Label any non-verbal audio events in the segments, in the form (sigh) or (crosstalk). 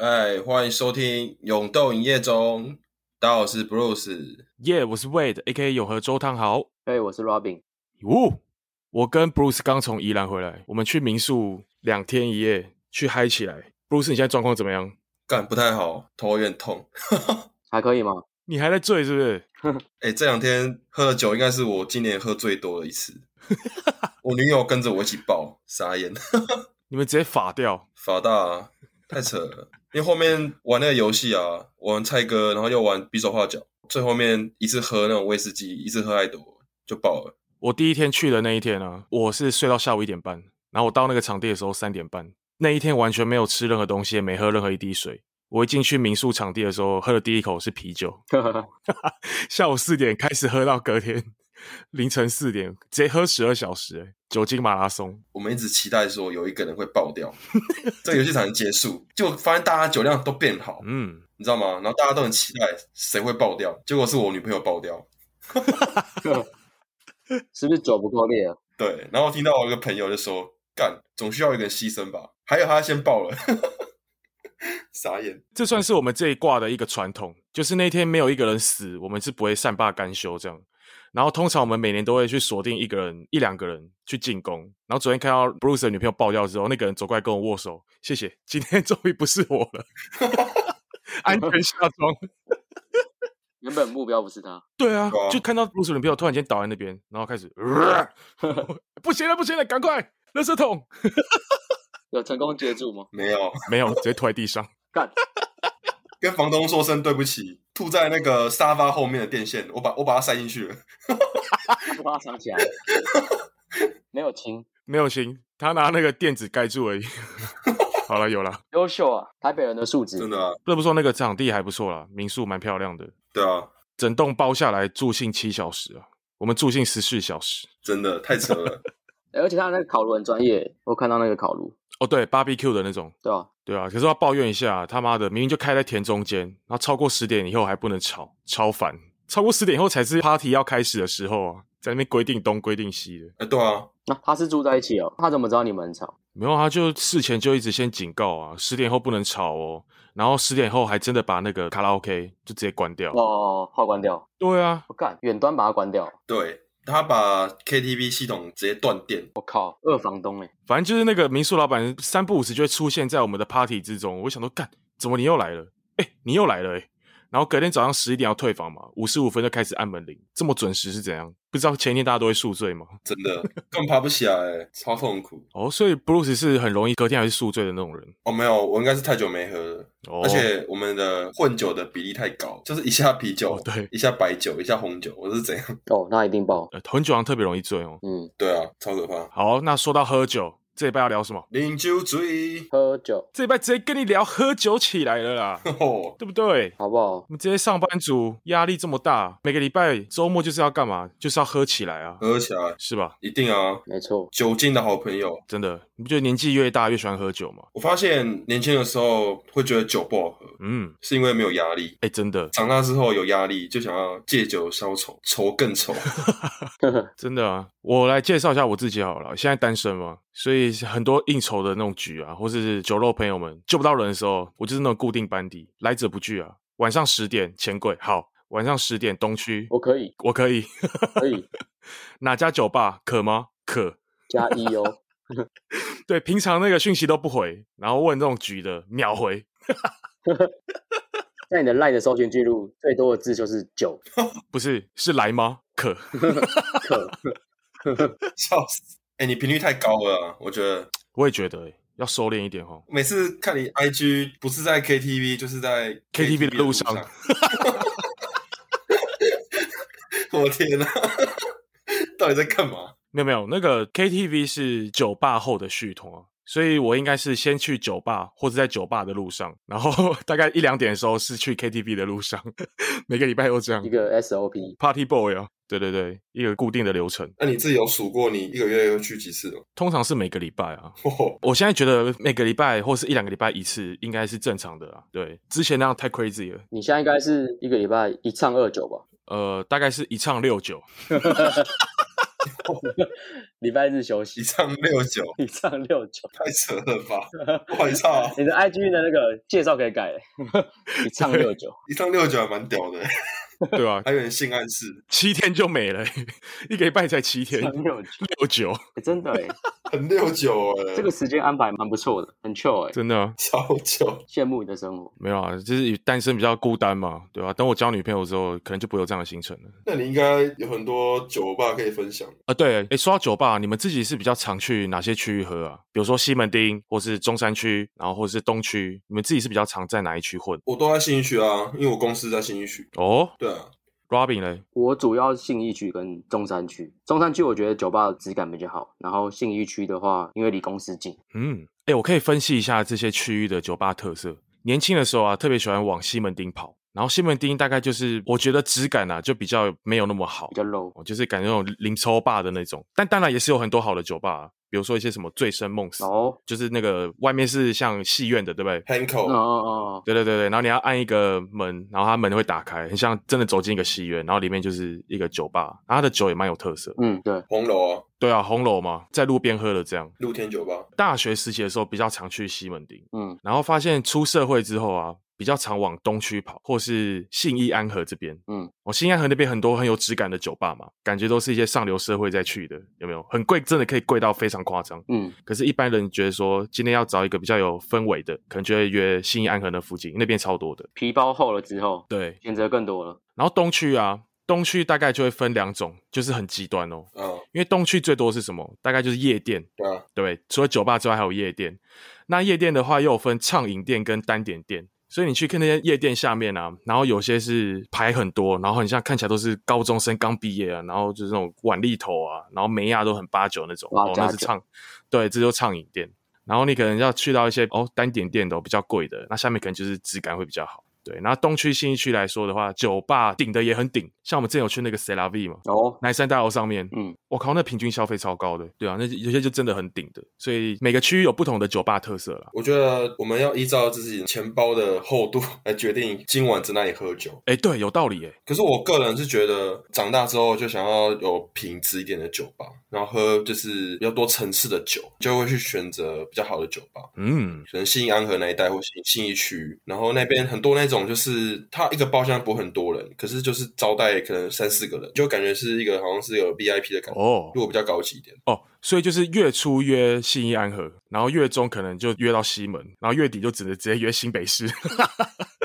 哎，欢迎收听《勇斗营业中》，大家好，我是 Bruce。耶我是 Wade，A.K. 永和周汤豪。嘿、我是 Robin。哦，我跟 Bruce 刚从宜兰回来，我们去民宿两天一夜，去嗨起来。Bruce，你现在状况怎么样？干不太好，头有点痛。还可以吗？ (laughs) 你还在醉是不是？哎，这两天喝的酒应该是我今年喝最多的一次。我女友跟着我一起爆，傻眼，你们直接法掉，法大、啊太扯了。因为后面玩那个游戏啊，玩猜歌，然后又玩比手画脚，最后面一次喝那种威士忌，一次喝太多就爆了。我第一天去的那一天啊，我是睡到下午一点半，然后我到那个场地的时候三点半。那一天完全没有吃任何东西，也没喝任何一滴水。我一进去民宿场地的时候，喝的第一口是啤酒， (laughs) 下午四点开始喝到隔天凌晨四点，直接喝十二小时、欸，酒精马拉松。我们一直期待说有一个人会爆掉，这个游戏才能结束。就发现大家酒量都变好，嗯，你知道吗？然后大家都很期待谁会爆掉，结果是我女朋友爆掉。是不是酒不够烈啊？对，然后听到我一个朋友就说：“干，总需要一个人牺牲吧。”还有他先爆了， (laughs) 傻眼。这算是我们这一挂的一个传统，就是那天没有一个人死，我们是不会善罢甘休这样。然后通常我们每年都会去锁定一个人、一两个人去进攻。然后昨天看到 Bruce 的女朋友爆掉之后，那个人走过来跟我握手，谢谢，今天终于不是我了，安全下装。原本目标不是他，对啊对啊，就看到 Bruce 的女朋友突然间倒在那边，然后开始，呃不行了，不行了，赶快，垃圾桶，有成功接 (laughs) 住吗？没有没有，直接吐在地上。干，跟房东说声对不起，吐在那个沙发后面的电线，我把我把它塞进去了。把他藏起来， (laughs) 没有亲，没有行，他拿那个垫子盖住而已。 (laughs) 好了，有了。优秀啊！台北人的素质，真的啊，不得不说，那个场地还不错啦，民宿蛮漂亮的，对啊，整栋包下来住信七小时啊，我们住信十四小时。真的太扯了。 (laughs) 哎而且他那个烤炉很专业，我看到那个烤炉，哦，对，BBQ 的那种，对吧？对啊。可是要抱怨一下，他妈的，明明就开在田中间，然后超过十点以后还不能吵，超烦。超过十点以后才是 party 要开始的时候啊，在那边规定东规定西的。哎、对啊，那、他是住在一起哦，他怎么知道你们很吵？没有，啊，就事前就一直先警告啊，十点以后不能吵哦。然后十点以后还真的把那个卡拉 OK 就直接关掉。哦，话关掉，对啊，我哦干，远端把它关掉，对他把 KTV 系统直接断电，我靠，二房东哎、反正就是那个民宿老板三不五时就会出现在我们的 party 之中。我就想说，干，怎么你又来了？哎、你又来了哎、然后隔天早上十一点要退房嘛，五十五分就开始按门铃，这么准时是怎样？不知道前一天大家都会宿醉吗？真的根本爬不起来，欸超痛苦。哦，所以 Bruce 是很容易隔天还是宿醉的那种人。哦，没有，我应该是太久没喝了。哦，而且我们的混酒的比例太高，就是一下啤酒，哦对一下白酒，一下红酒，我是怎样？哦，那一定爆，呃，很久好像特别容易醉哦。嗯，对啊，超可怕。好，那说到喝酒，这礼拜要聊什么？零酒醉，喝酒这礼拜直接跟你聊喝酒起来了啦，哦，对不对？好不好？我们这些上班族压力这么大，每个礼拜周末就是要干嘛？就是要喝起来啊，喝起来是吧？一定啊！没错， (laughs) 酒精的好朋友，真的，你不觉得年纪越大越喜欢喝酒吗？我发现年轻的时候会觉得酒不好喝，嗯，是因为没有压力。哎、真的，长大之后有压力，就想要借酒消愁，愁更 (laughs) 愁。真的啊！我来介绍一下我自己好了，现在单身嘛，所以很多应酬的那种局啊，或是酒肉朋友们救不到人的时候，我就是那种固定班底，来者不拒啊。晚上十点钱柜好，晚上十点东区我可以，我可以， (laughs) 可以哪家酒吧可吗？可。加一哦，对，平常那个讯息都不回，然后问这种局的秒回，在你的 LINE 的搜寻记录最多的字就是酒，不是是来吗？可。 (laughs) (laughs) 可笑死！哎、你频率太高了啊、我觉得我也觉得、欸、要收敛一点哦。每次看你 IG 不是在 KTV 就是在 KTV 的的路路上。 (laughs) 我天哪、 (laughs) 到底在干嘛？没有没有，那个 KTV 是酒吧后的续通啊，所以我应该是先去酒吧，或者在酒吧的路上，然后 (laughs) 大概一两点的时候是去 KTV 的路上，每个礼拜都这样一。个 SOP， Party boy 啊，对对对，一个固定的流程，那你自己有数过你一个月会去几次吗？通常是每个礼拜啊。哦，我现在觉得每个礼拜或是一两个礼拜一次应该是正常的啊。对，之前那样太 crazy 了，你现在应该是一个礼拜一唱二酒吧？呃，大概是一唱六九，礼拜日休息一，(laughs) 上六九，以上六九。太扯了吧！我操，你的 IG 的那个介绍可以改， (laughs) 一唱六九，一上六九还蛮屌的，欸 (laughs) 对吧、啊？还有点性暗示，七天就没了， (laughs) 一个礼拜才七 (laughs) 天，一唱六九六九，欸真的哎，很六九哎、这个时间安排蛮不错的，很 chill 哎，真的啊超久。羡慕你的生活。没有啊，就是单身比较孤单嘛，对吧、等我交女朋友之后，可能就不会有这样的行程了。那你应该有很多酒吧可以分享。啊，对，哎，说到酒吧，你们自己是比较常去哪些区域喝啊？比如说西门町，或是中山区，然后或是东区，你们自己是比较常在哪一区混？我都在信义区啊，因为我公司在信义区。哦对啊， ，Robin 嘞，我主要信义区跟中山区，中山区我觉得酒吧的质感比较好，然后信义区的话，因为离公司近，嗯，哎，我可以分析一下这些区域的酒吧特色。年轻的时候啊，特别喜欢往西门町跑，然后西门町大概就是我觉得质感啊就比较没有那么好比，较 low。哦，就是感觉那种零抽霸的那种。但当然也是有很多好的酒吧、啊，比如说一些什么醉生梦死，哦，就是那个外面是像戏院的，对不对？哦 Hanko，哦哦，对对对对，然后你要按一个门，然后它门会打开，很像真的走进一个戏院，然后里面就是一个酒吧，然后它的酒也蛮有特色。嗯，对，红楼啊，对啊，红楼嘛，在路边喝的这样。露天酒吧，大学时期的时候比较常去西门町，嗯，然后发现出社会之后啊，比较常往东区跑，或是信义安和这边。嗯，哦，信义安和那边很多很有质感的酒吧嘛，感觉都是一些上流社会在去的，有没有？很贵，真的可以贵到非常夸张。嗯，可是，一般人觉得说今天要找一个比较有氛围的，可能就会约信义安和那附近，那边超多的。皮包厚了之后，对，选择更多了。然后东区啊，东区大概就会分两种，就是很极端哦。嗯，因为东区最多是什么？大概就是夜店，对啊，对，除了酒吧之外还有夜店。那夜店的话又有分畅饮店跟单点店，所以你去看那些夜店下面啊，然后有些是排很多，然后很像看起来都是高中生刚毕业啊，然后就是那种晚立头啊，然后眉亚都很八九那种，哇哦，加那是酒畅，对，这就是畅饮店。然后你可能要去到一些哦单点店的、哦、比较贵的，那下面可能就是质感会比较好。对，那东区新一区来说的话，酒吧顶的也很顶，像我们之前有去那个 C l a V 嘛，哦，南山大楼上面，嗯，我靠，那平均消费超高的，对啊，那有些就真的很顶的，所以每个区域有不同的酒吧特色啦。我觉得我们要依照自己钱包的厚度来决定今晚在哪里喝酒。哎，对，有道理哎，可是我个人是觉得，长大之后就想要有品质一点的酒吧，然后喝就是比较多层次的酒，就会去选择比较好的酒吧，嗯，可能信义安和那一带或信信义区，然后那边很多那种就是它一个包厢不会很多人，可是就是招待可能三四个人，就感觉是一个好像是有 VIP 的感觉，哦如果比较高级一点。哦，所以就是月初约信义安和，然后月中可能就约到西门，然后月底就只能直接约新北市 (laughs)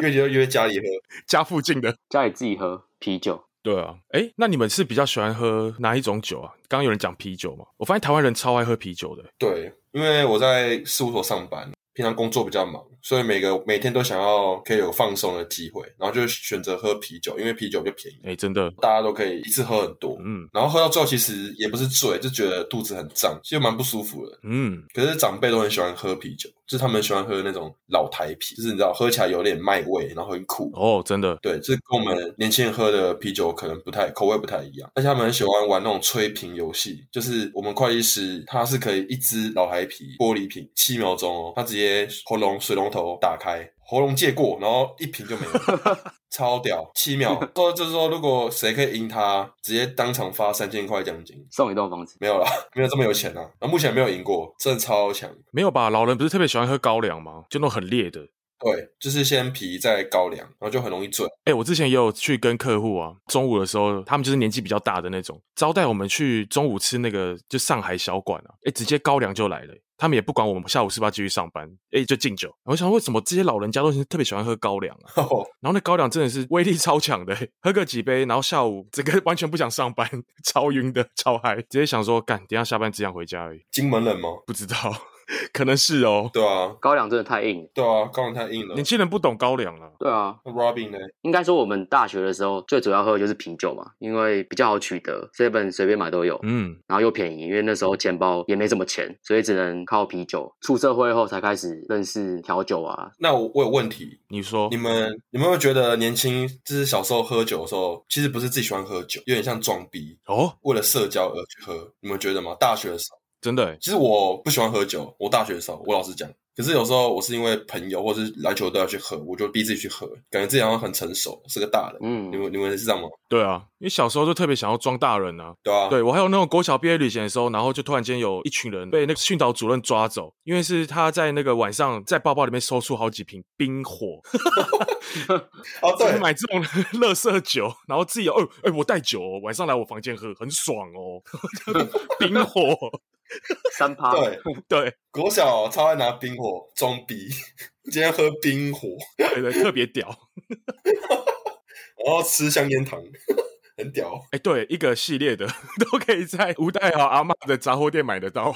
越就越家 (laughs) 里喝，家附近的。家里自己喝啤酒，对啊，哎，那你们是比较喜欢喝哪一种酒啊？刚刚有人讲啤酒嘛，我发现台湾人超爱喝啤酒的诶。对，因为我在事务所上班，平常工作比较忙，所以每个每天都想要可以有放松的机会，然后就选择喝啤酒，因为啤酒比较便宜，哎，真的，大家都可以一次喝很多。嗯然后喝到最后，其实也不是醉，就觉得肚子很胀，其实蛮不舒服的。嗯，可是长辈都很喜欢喝啤酒，就是他们喜欢喝那种老台啤，就是你知道喝起来有点麦味，然后很苦。哦，真的，对，这跟我们年轻人喝的啤酒可能不太口味不太一样，而且他们很喜欢玩那种吹瓶游戏，就是我们会计师他是可以一支老海啤玻璃瓶七秒钟哦，他直接喉咙水龙头打开。喉咙借过，然后一瓶就没了，超屌，七秒。说就是说，如果谁可以赢他，直接当场发三千块奖金。送一栋房子。没有啦， (laughs) 没有这么有钱啦。那目前没有赢过，真的超强。没有吧？老人不是特别喜欢喝高粱吗？就那种很烈的。对，就是先啤再高粱，然后就很容易醉。 (laughs) 哎、我之前也有去跟客户啊，中午的时候，他们就是年纪比较大的那种，招待我们去中午吃那个就上海小馆啊，哎、直接高粱就来了、他们也不管我们下午是不是要继续上班，哎、就敬酒。我想为什么这些老人家都是特别喜欢喝高粱啊？哦然后那高粱真的是威力超强的、喝个几杯，然后下午整个完全不想上班， (laughs) 超晕的，超嗨，直接想说干，等一下下班只想回家而已，金门人吗？不知道， (laughs) 可能是哦，对啊，高粱真的太硬了。对啊，高粱太硬了年。轻人不懂高粱了、对啊，那 Robin 呢？应该说我们大学的时候最主要喝的就是啤酒嘛，因为比较好取得，seven 随便买都有。嗯，然后又便宜，因为那时候钱包也没什么钱，所以只能靠啤酒。出社会后才开始认识调酒啊，那我我有问题，你说你们你们会觉得年轻就是小时候喝酒的时候，其实不是自己喜欢喝酒，有点像装逼，哦，为了社交而去喝，你们觉得吗？大学的时候，真的欸、其实我不喜欢喝酒，我大学的时候，我老实讲。可是有时候我是因为朋友或是篮球队要去喝，我就逼自己去喝，感觉自己好像很成熟，是个大人。嗯你，们你们是这样吗？对啊，因为小时候就特别想要装大人啊，对啊，对我还有那种国小毕业旅行的时候，然后就突然间有一群人被那个训导主任抓走，因为是他在那个晚上在包包里面搜出好几瓶冰火，哦就是对，买这种 (laughs) 乐色酒，然后自己有哦，哎、我带酒、哦，晚上来我房间喝，很爽哦， (laughs) 冰火，三趴，对，对国小超爱拿冰火装逼， (laughs) 今天喝冰火，对对，特别屌。然后吃香烟糖， (laughs) 很屌。哎，对，一个系列的 (laughs) 都可以在吴代豪阿妈的杂货店买得到。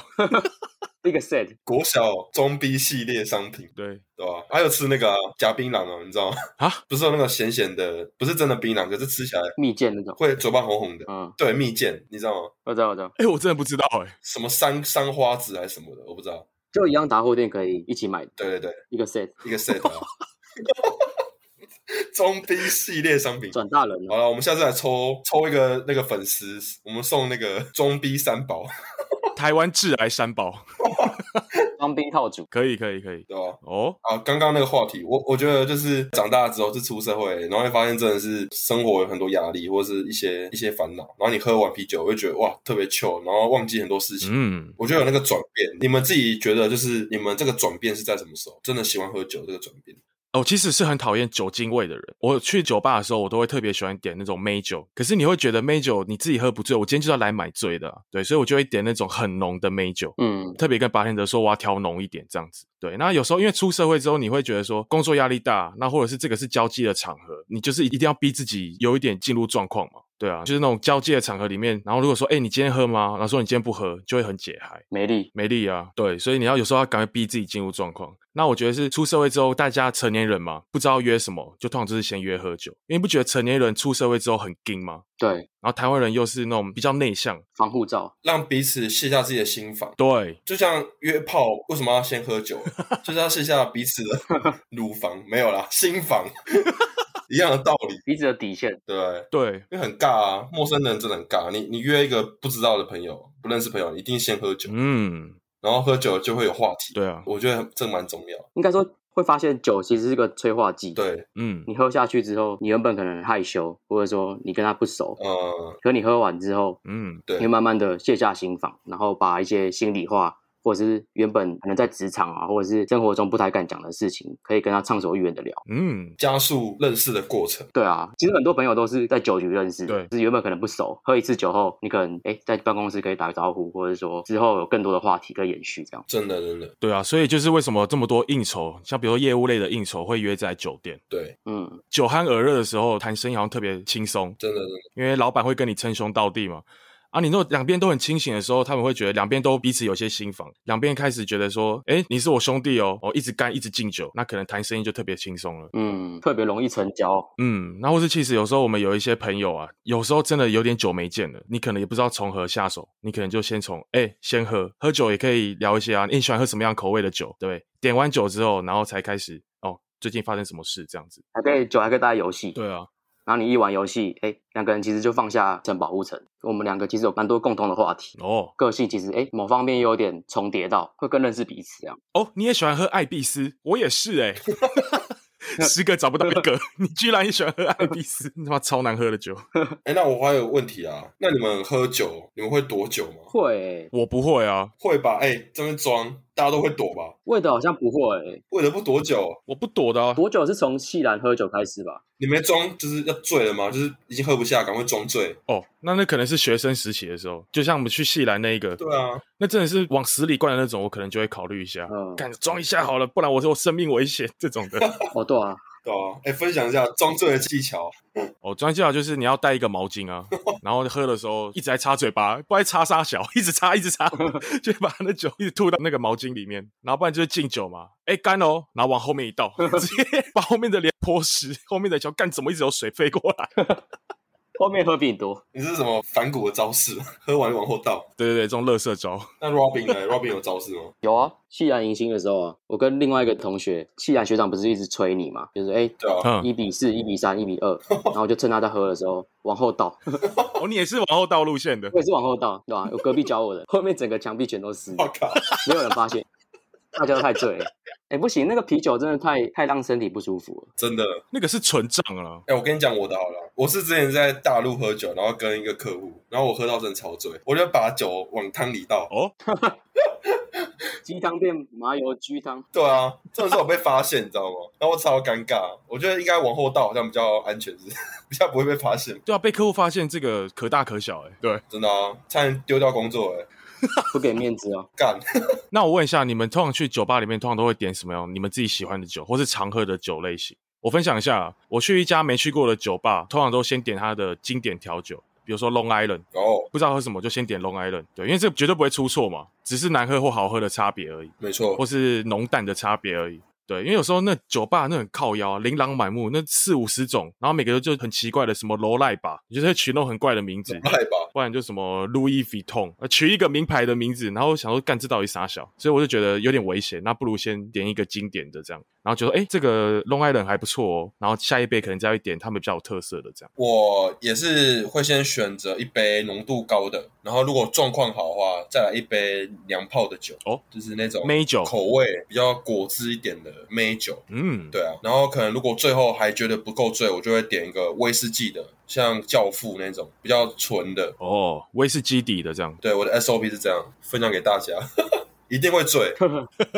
一个 set，国小装逼系列商品，对，对吧、还有吃那个啊夹、槟榔啊，你知道吗？ (laughs) 啊，不是有那个咸咸的，不是真的槟榔，可是吃起来蜜饯那种。会嘴巴红红的。嗯，对，蜜饯，你知道吗？我知道，我知道，哎，我真的不知道哎、什么三三花子还是什么的，我不知道。就一样杂货店可以一起买对对对，一个 set，一个 set 啊， (laughs) 装逼系列商品。转大人了。好了，我们下次来抽抽一个那个粉丝，我们送那个装逼三宝，台湾致癌三宝，当兵套组，可以可以可以。对吧？哦，啊，刚刚那个话题，我我觉得就是长大之后，就出社会，然后会发现真的是生活有很多压力，或者是一些一些烦恼。然后你喝完啤酒，会觉得哇特别 chill，然后忘记很多事情。嗯，我觉得有那个转变，你们自己觉得就是你们这个转变是在什么时候？真的喜欢喝酒这个转变？哦，其实是很讨厌酒精味的人。我去酒吧的时候，我都会特别喜欢点那种美酒。可是你会觉得美酒你自己喝不醉，我今天就是要来买醉的啊、对，所以我就会点那种很浓的美酒。嗯，特别跟白天德说我要调浓一点这样子。对，那有时候因为出社会之后，你会觉得说工作压力大，那或者是这个是交际的场合，你就是一定要逼自己有一点进入状况嘛。对啊，就是那种交际的场合里面，然后如果说哎、诶你今天喝吗？然后说你今天不喝，就会很解嗨。美丽，没力啊，对，所以你要有时候要赶快逼自己进入状况。那我觉得是出社会之后，大家成年人嘛，不知道约什么，就通常就是先约喝酒，因为你不觉得成年人出社会之后很硬吗？对，然后台湾人又是那种比较内向，防护罩，让彼此卸下自己的心防，对，就像约炮为什么要先喝酒？啊就是要卸下彼此的 (laughs) 乳房， (laughs) 没有啦，心防一样的道理，鼻子的底线，对不对？对，因为很尬啊，陌生人真的很尬。你你约一个不知道的朋友，不认识朋友，你一定先喝酒，嗯，然后喝酒就会有话题。对啊，我觉得这蛮重要。应该说会发现酒其实是个催化剂。，对，嗯，你喝下去之后，你原本可能很害羞，或者说你跟他不熟，呃，可你喝完之后，嗯，对你会慢慢的卸下心防，然后把一些心里话，或者是原本可能在职场啊，或者是生活中不太敢讲的事情，可以跟他畅所欲言的聊。嗯，加速认识的过程。对啊，其实很多朋友都是在酒局认识，对就是原本可能不熟，喝一次酒后，你可能哎在办公室可以打个招呼，或者说之后有更多的话题可以延续，这样真的，真的，对啊，所以就是为什么这么多应酬，像比如说业务类的应酬会约在酒店，对，嗯，酒酣耳热的时候谈生意好像特别轻松，真的，真的，因为老板会跟你称兄道弟嘛。啊，你如果两边都很清醒的时候，他们会觉得两边都彼此有些心防，两边开始觉得说，哎，你是我兄弟哦，哦，一直干，一直敬酒，那可能谈生意就特别轻松了。嗯，特别容易成交，嗯，那或是其实有时候我们有一些朋友啊，有时候真的有点久没见了，你可能也不知道从何下手，你可能就先从哎先喝，喝酒也可以聊一些啊，诶你喜欢喝什么样口味的酒，对不对？点完酒之后，然后才开始哦，最近发生什么事这样子。还可以酒还可以打游戏，对啊，然后你一玩游戏，哎，两个人其实就放下城堡护城，我们两个其实有蛮多共同的话题，哦个性其实哎某方面也有点重叠到，会更认识彼此这样，哦，你也喜欢喝艾必斯，我也是哎、十个找不到一个， (laughs) 你居然也喜欢喝艾必斯，他妈超难喝的酒。哎，那我还有问题啊，那你们喝酒，你们会躲酒吗？会，我不会啊，会吧？哎，这边装，大家都会躲吧？味道好像不会，为了不躲酒，我不躲的、啊。多久是从细兰喝酒开始吧？你们装就是要醉了吗？就是已经喝不下，赶快装醉。哦，那那可能是学生时期的时候，就像我们去细兰那一个，对啊，那真的是往死里灌的那种，我可能就会考虑一下，嗯干装一下好了，不然我我生命危险这种的。哦，对啊，对啊。哎，分享一下装醉的技巧。哦，装最好就是你要带一个毛巾啊，然后喝的时候一直在擦嘴巴，不然擦沙小，一直擦一直擦，就把那酒一直吐到那个毛巾里面，然后不然就是敬酒嘛，哎干哦，然后往后面一倒，直接把后面的脸泼湿，后面的酒干怎么一直有水飞过来？ (laughs) 后面喝比你多。你是什么反骨的招式？ (laughs) 喝完往后倒。 (laughs) 对对对，这种乐色招，那 Robin 呢？Robin 有招式吗？有啊，系然迎新的时候啊，我跟另外一个同学，系然学长不是一直催你嘛，就是哎，对啊，嗯，一比四、一比三、一比二，然后就趁他在喝的时候往后倒， (laughs) 哦，你也是往后倒路线的我，也是往后倒，对吧、我隔壁教我的，后面整个墙壁全都湿， (laughs) 我靠，没有人发现，大家都太醉了。哎，不行，那个啤酒真的太太让身体不舒服 (laughs) 了。真的。那个是纯账啊，哎、我跟你讲我的好了，我是之前在大陆喝酒，然后跟一个客户，然后我喝到真的超醉，我就把酒往汤里倒。哦，鸡汤变麻油鸡汤，对啊，这种时候我被发现，你知道吗？然后我超尴尬，我觉得应该往后倒，好像比较安全，是不是 (laughs) 比较不会被发现。对啊，被客户发现这个可大可小、欸，哎，对。真的啊，差点丢掉工作哎、不给面子哦。干！那我问一下，你们通常去酒吧里面，通常都会点什么样你们自己喜欢的酒，或是常喝的酒类型？我分享一下，啊我去一家没去过的酒吧，通常都先点它的经典调酒，比如说 Long Island，哦，不知道喝什么就先点 Long Island，对，因为这个绝对不会出错嘛，只是难喝或好喝的差别而已，没错或，是浓淡的差别而已。对，因为有时候那酒吧那很靠腰啊，琳琅满目，那四五十种，然后每个都就很奇怪的什么罗赖吧，就是会取那种很怪的名字，赖吧，不然就什么路易 v 痛，呃，取一个名牌的名字，然后想说干这到底啥小，所以我就觉得有点危险，那不如先点一个经典的这样，然后就说哎这个 Long Island 还不错哦，然后下一杯可能再会点他们比较有特色的这样，我也是会先选择一杯浓度高的，然后如果状况好的话，再来一杯娘炮的酒，哦，就是那种美酒，口味比较果汁一点的梅酒，嗯，对啊，然后可能如果最后还觉得不够醉，我就会点一个威士忌的，像教父那种比较纯的。哦，威士忌底的这样，对，我的 SOP 是这样，分享给大家， (laughs) 一定会醉，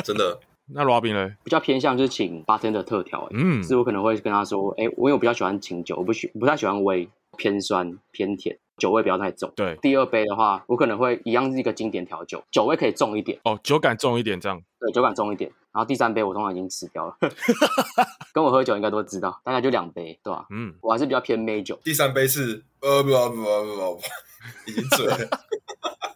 真的。那 Robin 呢？比较偏向就是请八天的特调、欸，嗯，是我可能会跟他说，哎、我因为我比较喜欢清酒，我不喜不太喜欢微，偏酸偏甜，酒味不要太重。对，第二杯的话，我可能会一样是一个经典调酒，酒味可以重一点，哦，酒感重一点这样，对，酒感重一点。然后第三杯我通常已经吃掉了， (laughs) 跟我喝酒应该都知道，大概就两杯，对吧、嗯，我还是比较偏美酒，第三杯是呃不不不不不，已经醉了，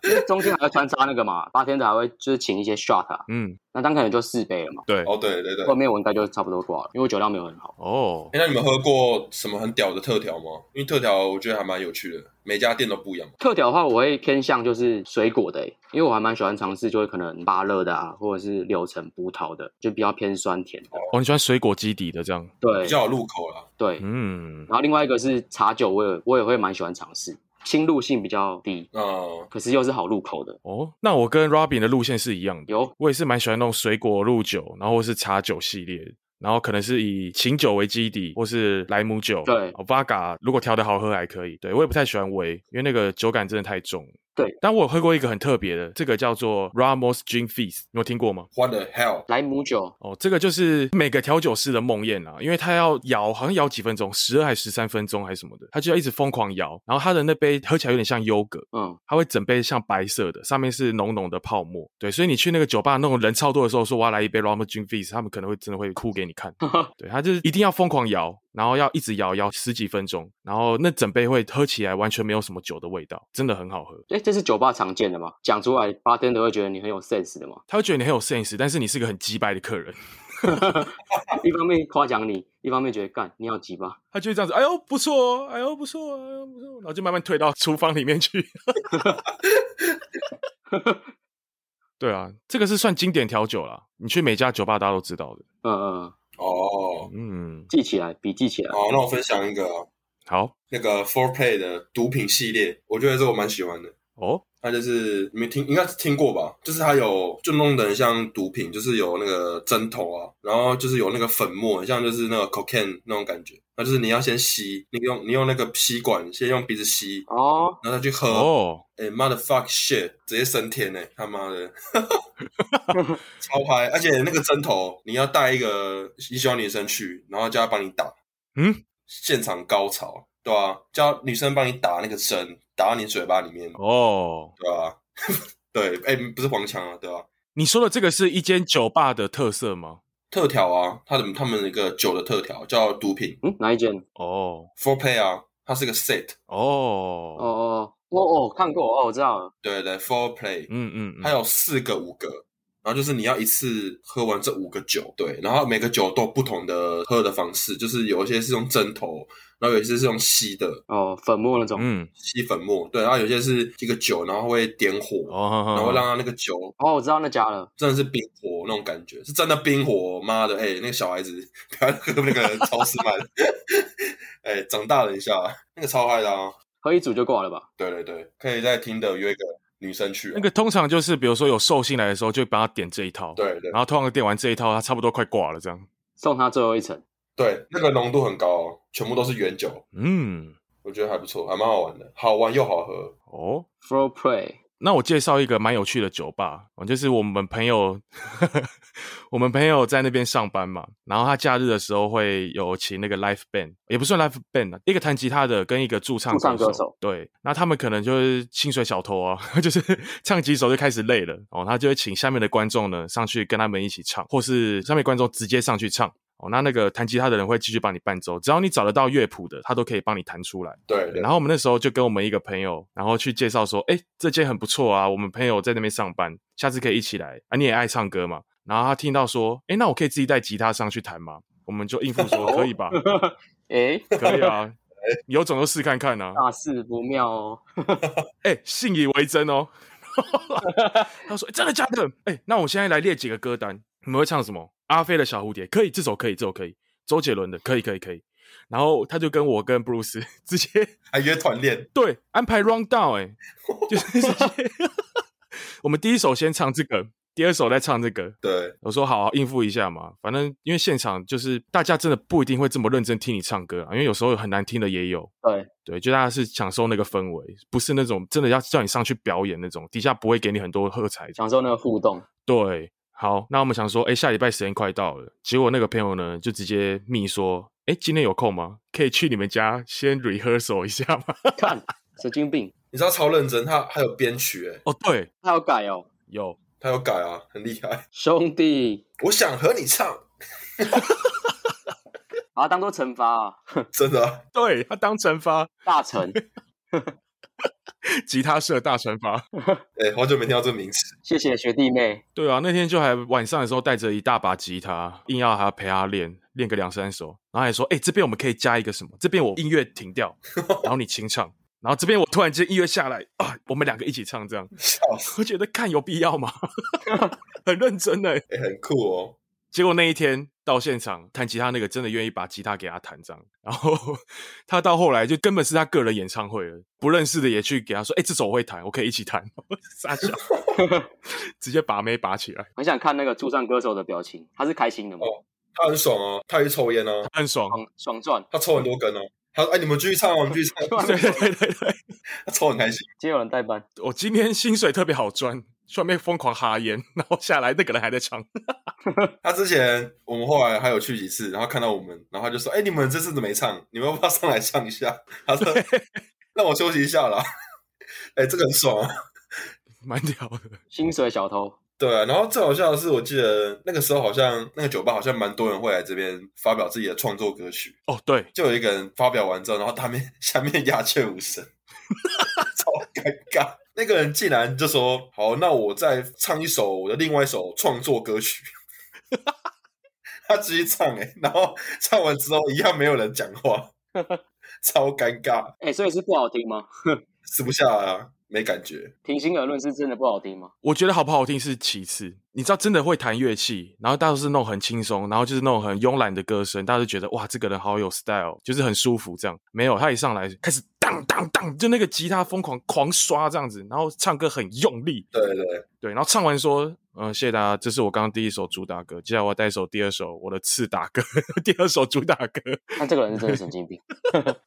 因为中间还会穿插那个嘛， (laughs) 八天的还会就是请一些 shot，、啊、嗯，那当然可能就四杯了嘛。对，哦对对对。后面我应该就差不多挂了，因为我酒量没有很好。哦，哎，那你们喝过什么很屌的特调吗？因为特调我觉得还蛮有趣的，每家店都不一样。特调的话，我会偏向就是水果的欸、因为我还蛮喜欢尝试，就是可能芭乐的啊，或者是柳橙、葡萄的，就比较偏酸甜的。哦，你喜欢水果基底的这样，对比较有入口啦。对，嗯，然后另外一个是茶酒，我也我也会蛮喜欢尝试，侵入性比较低，嗯，可是又是好入口的。哦，那我跟 Robin 的路线是一样的。有我也是蛮喜欢那种水果露酒，然后或是茶酒系列，然后可能是以琴酒为基底，或是莱姆酒，对哦，Vaga 如果调的好喝还可以。对我也不太喜欢维，因为那个酒感真的太重。对，但我有喝过一个很特别的，这个叫做 Ramos Gin Feast，你有听过吗？ What the hell？莱姆酒，哦，这个就是每个调酒师的梦魇啊，因为他要摇，好像摇几分钟，十二还十三分钟还是什么的，他就要一直疯狂摇。然后他的那杯喝起来有点像优格，嗯，它会整杯像白色的，上面是浓浓的泡沫。对，所以你去那个酒吧那种人超多的时候，说我要来一杯 Rum Gin Fizz，他们可能会真的会哭给你看。对，他就是一定要疯狂摇，然后要一直摇摇十几分钟，然后那整杯会喝起来完全没有什么酒的味道，真的很好喝。哎，这是酒吧常见的吗？讲出来，八天都会觉得你很有 sense 的嘛。他会觉得你很有 sense，但是你是个很鸡掰的客人，一方面夸奖你，一方面觉得干你好急吧。他就会这样子，哎呦不错哦，哎呦不错哦，哎呦不错哦，然后就慢慢退到厨房里面去。 (laughs) 对啊，这个是算经典调酒啦，你去每家酒吧大家都知道的。嗯嗯，嗯哦，嗯，记起来，笔记起来。好，那我分享一个啊好那个 Four Play 的毒品系列，我觉得这个我蛮喜欢的。哦，它就是你们听应该是听过吧？就是它有就弄得很像毒品，就是有那个针头啊，然后就是有那个粉末，很像就是那个 cocaine 那种感觉。那就是你要先吸，你用你用那个吸管，先用鼻子吸，哦，然后再去喝。哦，哎、m o t h e r fuck shit，直接升天呢、他妈的， (laughs) 超嗨！而且那个针头，你要带一个你喜欢女生去，然后叫她帮你打，嗯，现场高潮，对吧、叫女生帮你打那个针，打到你嘴巴里面，哦，对吧、 (laughs) 对，哎、不是黄腔啊，对吧、你说的这个是一间酒吧的特色吗？特调啊，他的他们那个酒的特调叫毒品嗯，哪一间？哦， four play 啊，它是个 set，哦哦，哦哦哦，看过哦，我知道了。对对，four play，嗯嗯，它有有四个五个，然后就是你要一次喝完这五个酒，对，然后每个酒都有不同的喝的方式，就是有一些是用针头，然然后有一些是用吸的，哦，粉末那种，嗯，吸粉末，对，然后有些是一个酒，然后会点火，然后哦，让它那个酒哦，我知道那家了，真的是冰火那种感觉，是真的冰火。妈的，哎、那个小孩子 (laughs) 不要喝那个超市买的， (laughs) 哎、长大了一下，那个超嗨的啊！喝一组就挂了吧？对对对，可以在听的约一个女生去、啊，那个通常就是比如说有寿星来的时候，就帮他点这一套，，对对然后通常点完这一套，他差不多快挂了这样，送他最后一层，对，那个浓度很高、哦，全部都是原酒，嗯，我觉得还不错，还蛮好玩的，好玩又好喝。哦， Flow Play 那我介绍一个蛮有趣的酒吧，哦就是我们朋友， (laughs) 我们朋友在那边上班嘛，然后他假日的时候会有请那个 live band，也不算 live band 啊，一个弹吉他的跟一个驻唱驻唱歌手对，那他们可能就是薪水小偷啊， (laughs) 就是唱几首就开始累了哦，他就会请下面的观众呢上去跟他们一起唱，或是上面观众直接上去唱。哦，那那个弹吉他的人会继续帮你伴奏，只要你找得到乐谱的，他都可以帮你弹出来。对，对然后我们那时候就跟我们一个朋友，然后去介绍说，哎，这间很不错啊，我们朋友在那边上班，下次可以一起来啊。你也爱唱歌嘛？然后他听到说，哎，那我可以自己带吉他上去弹吗？我们就应付说，可以吧，哎，可以啊，有种就试看看啊。大事不妙哦，哎，信以为真哦。他说诶真的假的？哎，那我现在来列几个歌单，你们会唱什么？阿飞的小蝴蝶可以，这首可以，这首可以。周杰伦的可以，可以，可以。然后他就跟我跟布鲁斯 (laughs) 直接还约团练，对，安排 round down 哎、 (laughs) 就是这些我们第一首先唱这个，第二首再唱这个。对，我说好、应付一下嘛，反正因为现场就是大家真的不一定会这么认真听你唱歌啊，因为有时候很难听的也有。对，对，就大家是享受那个氛围，不是那种真的要叫你上去表演那种，底下不会给你很多喝彩。享受那个互动，对，好，那我们想说，哎，下礼拜时间快到了，结果那个朋友呢就直接密说，哎，今天有空吗？可以去你们家先 rehearsal 一下吗？看神经病，你知道超认真，他还有编曲，哎，哦，对，他要改哦，有，他有改啊，很厉害。兄弟，我想和你唱，把他当做惩罚啊，真的啊、对他当惩罚，大臣，吉他社大惩罚。 (laughs) 哎、好久没听到这个名词，谢谢学弟妹，对啊，那天就还晚上的时候带着一大把吉他，硬要还陪他练，练个两三首，然后还说：“哎、这边我们可以加一个什么？这边我音乐停掉，然后你清唱，然后这边我突然间音乐下来啊，我们两个一起唱这样。笑死，”我觉得看有必要吗？ (laughs) 很认真欸呢。哎、很酷哦。结果那一天到现场弹吉他那个真的愿意把吉他给他弹这样，然后 (laughs) 他到后来就根本是他个人演唱会了，不认识的也去给他说：“哎、这首我会弹，我可以一起弹。”傻笑，直接把妹拔起来，很想看那个驻唱歌手的表情，他是开心的吗？哦他很爽哦，他去抽烟哦，很爽。爽爽赚，他抽很多根哦。他说：“哎、你们继续唱哦，你们继续唱。对对对对对，”他抽很开心，今天有人代班，我今天薪水特别好赚，去外面疯狂哈烟，然后下来那个人还在唱。他之前我们后来还有去几次，然后看到我们，然后他就说：“哎、你们这次怎么没唱？你们要不要上来唱一下？”他说：“让我休息一下啦。 (laughs) 哎、这个很爽啊。蛮屌的，薪水小偷，对啊，然后最好笑的是，我记得那个时候好像那个酒吧好像蛮多人会来这边发表自己的创作歌曲，哦，对，就有一个人发表完之后，然后他们下面 (laughs) 鸦雀无声， (laughs) 超尴尬。那个人竟然就说：“好，那我再唱一首我的另外一首创作歌曲。” (laughs) 他继续唱哎、欸然后唱完之后一样没有人讲话， (laughs) 超尴尬，哎、所以是不好听吗？吃不下啊，没感觉。平心而论，是真的不好听吗？我觉得好不好听是其次，你知道真的会弹乐器，然后大家都是那种很轻松，然后就是那种很慵懒的歌声，大家就觉得哇，这个人好有 style，就是很舒服这样。没有，他一上来开始当当当，就那个吉他疯狂狂刷这样子，然后唱歌很用力，对对，对，然后唱完说，嗯、谢谢大家，这是我刚刚第一首主打歌，接下来我要带一首第二首我的次打歌， (laughs) 第二首主打歌，那这个人是真的神经病，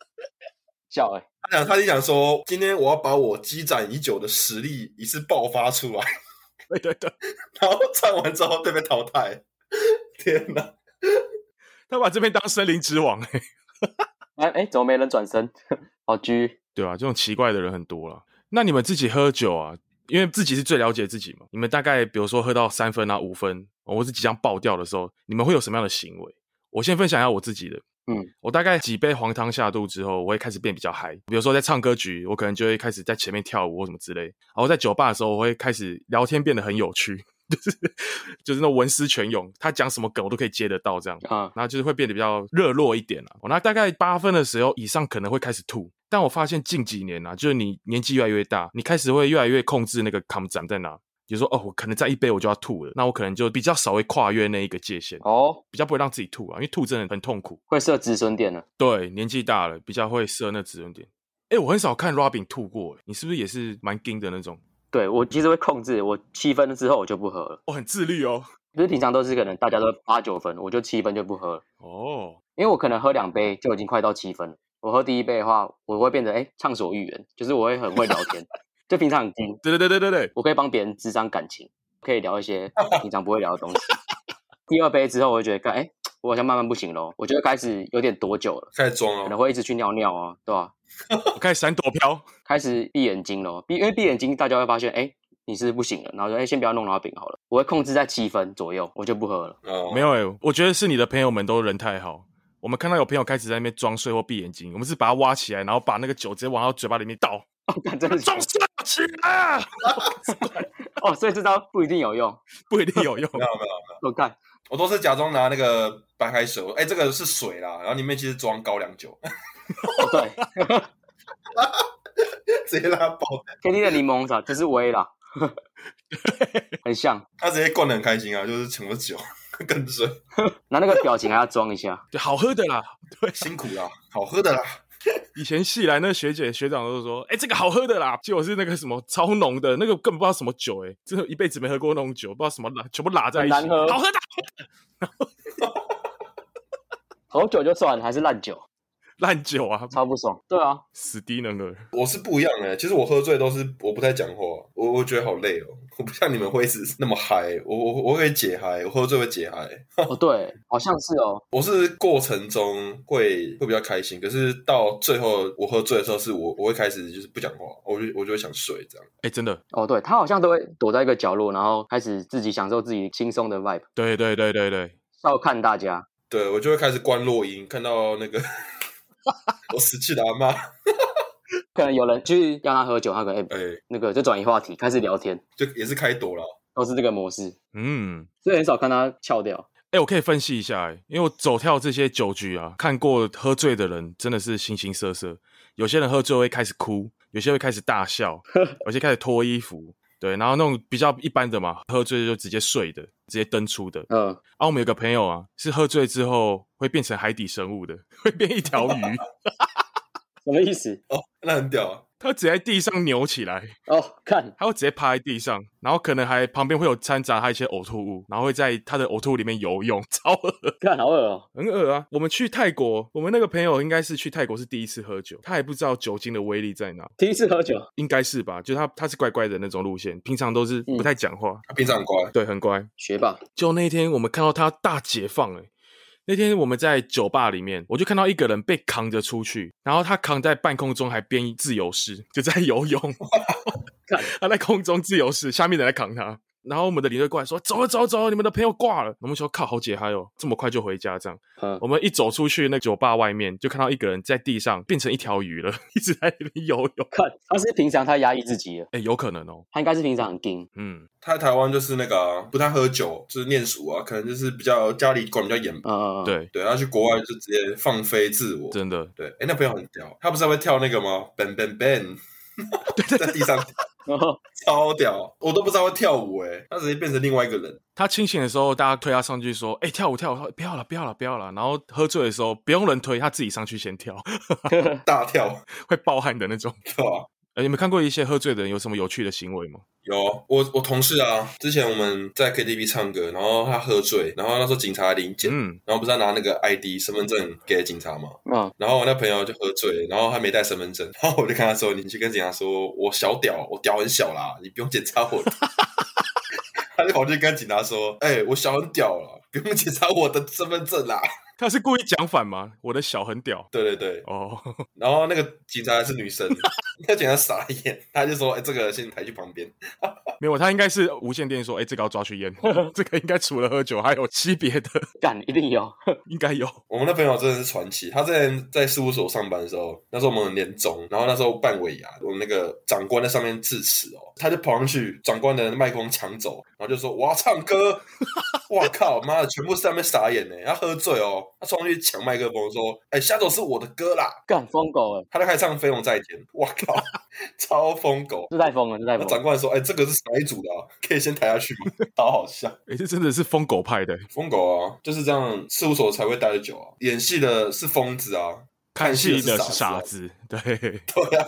(laughs) 笑哎、他讲他就想说，今天我要把我积攒已久的实力一次爆发出来，对对对，然后唱完之后就被淘汰。 (laughs) 天哪！他把这边当森林之王、欸，哎、哎、怎么没人转身？好狙，对啊，这种奇怪的人很多了。那你们自己喝酒啊，因为自己是最了解自己嘛，你们大概比如说喝到三分啊、五分，哦或是即将爆掉的时候，你们会有什么样的行为？我先分享一下我自己的，嗯，我大概几杯黄汤下肚之后，我会开始变比较嗨。比如说在唱歌局，我可能就会开始在前面跳舞或什么之类。然后在酒吧的时候，我会开始聊天变得很有趣。 (laughs) 就是就是那种文思泉涌，他讲什么梗我都可以接得到这样。啊，然后就是会变得比较热络一点了、哦那大概八分的时候以上可能会开始吐，但我发现近几年啊，就是你年纪越来越大，你开始会越来越控制那个 com 展在哪。比如说，哦，我可能再一杯我就要吐了，那我可能就比较少会跨越那一个界限，哦，比较不会让自己吐啊，因为吐真的很痛苦。会设止损点了。对，年纪大了比较会设那止损点。哎，我很少看 Robin 吐过，诶你是不是也是蛮硬的那种？对我其实会控制，我七分之后我就不喝了。哦，很自律哦。就是平常都是可能大家都八九分，我就七分就不喝了，哦，因为我可能喝两杯就已经快到七分了。我喝第一杯的话，我会变得哎畅所欲言，就是我会很会聊天， (laughs) 就平常很精，对对对对对对，我可以帮别人智商感情，可以聊一些平常不会聊的东西。 (laughs) 第二杯之后，我就觉得干，哎，我好像慢慢不行喽，我就会开始有点躲酒了，开始装可哦能。会一直去尿尿啊，对吧、我开始闪躲飘。开始闭眼睛喽，闭因为闭眼睛大家会发现，哎，你是不是不行了，然后说，哎，先不要弄老饼好了，我会控制在七分左右，我就不喝了。 (laughs) 哦没有诶、我觉得是你的朋友们都人太好。我们看到有朋友开始在那边装睡或闭眼睛，我们是把他挖起来，然后把那个酒直接往他嘴巴里面倒，哦，干真的假装的睡起来，哦，所以这招不一定有用。不一定有 (laughs) 用。没啊有没有，我干，我都是假装拿那个白开水，我说哎、这个是水啦，然后里面其实装高粱酒， (laughs) 哦对直接让他爆， ，K T 的柠檬茶就是威 (laughs) 啦，很像。他直接灌的很开心啊，就是请了酒 (laughs) 跟水，那那个表情还要装一下，对，好喝的啦。辛苦啦，好喝的啦，以前系来那学姐学长都说，哎、这个好喝的啦，结果是那个什么超浓的，那个根本不知道什么酒、欸，哎，真的一辈子没喝过那种酒，不知道什么拉，全部拉在一起，很难喝好喝的， (laughs) 好酒就算了，还是烂酒，烂酒啊，超不爽。对啊，死低能儿。我是不一样哎、其实我喝醉都是我不太讲话，我我觉得好累哦，我不像你们会一直那么嗨，我我我会解嗨，我喝醉会解嗨，哦对，好像是哦，我是过程中会会比较开心，可是到最后我喝醉的时候，是我我会开始就是不讲话，我就我就会想睡这样。哎、真的，哦对，他好像都会躲在一个角落，然后开始自己享受自己轻松的 vibe，对对对对对，笑看大家。对，我就会开始关落音，看到那个 (laughs) 我死去的阿妈，可能有人去让他喝酒，他可能哎、哎、那个就转移话题，开始聊天，就也是开朵了。都是这个模式，嗯。所以很少看他翘掉。哎、我可以分析一下、欸，因为我走跳这些酒局啊，看过喝醉的人真的是形形色色。有些人喝醉会开始哭，有些会开始大笑，有些开始脱衣服。对，然后那种比较一般的嘛，喝醉就直接睡的，直接登出的。嗯，啊，我们有个朋友啊，是喝醉之后会变成海底生物的，会变一条鱼，什么意思？哦，那很屌啊，他只在地上扭起来，哦，看他会直接趴在地上，然后可能还旁边会有掺杂他一些呕吐物，然后会在他的呕吐物里面游泳， (laughs) 超恶看好恶哦，很恶啊！我们去泰国，我们那个朋友应该是去泰国是第一次喝酒，他也不知道酒精的威力在哪，第一次喝酒，应该是吧？就他他是乖乖的那种路线，平常都是不太讲话，他平常很乖，对，很乖。学霸，就那一天我们看到他大解放了、那天我们在酒吧里面，我就看到一个人被扛着出去，然后他扛在半空中还编自由式，就在游泳看，他在空中自由式，下面的人在扛他。然后我们的领队过来说：“走了，走了，走了，你们的朋友挂了。”我们说：“靠，好解嗨哦，这么快就回家这样。”嗯我，们一走出去那酒吧外面，就看到一个人在地上变成一条鱼了， (laughs) 一直在那边游泳。看他是平常他压抑自己了，哎、有可能哦。他应该是平常很硬，嗯，他在台湾就是那个啊、不太喝酒，就是念书啊，可能就是比较家里管比较严吧。嗯嗯嗯，，对，对，他去国外就直接放飞自我。真的。对，哎，那朋友很屌，他不是还会跳那个吗？Ben Ben Ben，在地上然后超屌，我都不知道会跳舞哎、他直接变成另外一个人。他清醒的时候，大家推他上去说：“哎、跳舞跳舞！”他说：“不要了，不要了，不要了。”然后喝醉的时候，不用人推，他自己上去先跳， (laughs) 大跳，会暴汗的那种。对吧？哎、你们看过一些喝醉的人有什么有趣的行为吗？有我我同事啊，之前我们在 KTV 唱歌，然后他喝醉，然后那时候警察来临检，嗯，然后不是要拿那个 ID 身份证给警察嘛，嗯，然后我那朋友就喝醉，然后他没带身份证，然后我就跟他说：“你去跟警察说，我小屌，我屌很小啦，你不用检查我的。” (laughs) 他就跑去跟警察说：“哎、我小很屌了，不用检查我的身份证啦。” (laughs) 他是故意讲反吗？我的小很屌对对对，哦， (laughs) 然后那个警察是女生， (laughs) 那警察傻眼，他就说：“哎、这个先抬去旁边。没有，他应该是无线电说，哎、这个要抓去验， (laughs) 这个应该除了喝酒还有 (laughs) 级别的，干一定有，应该有。”我们那朋友真的是传奇，他之前在事务所上班的时候，那时候我们很年终，然后那时候办尾牙，我们那个长官在上面致辞哦，他就跑上去，长官的麦克风抢走，然后就说：“我要唱歌。” (laughs) 哇靠，妈的，全部是在那边傻眼呢，他喝醉哦，他冲上去抢麦克风说：“哎、下首是我的歌啦。”干疯狗哎，他就开始唱《飞龙在天》，哇靠，超疯狗。这太疯了，这太那疯长了。官说：“哎、这个是哪一组的、啊？可以先抬下去吗？”好好笑。哎、这真的是疯狗派的，疯狗啊，就是这样，事务所才会待得久啊。演戏的是疯子啊，看戏的的是傻傻。子，对 (laughs) 对啊。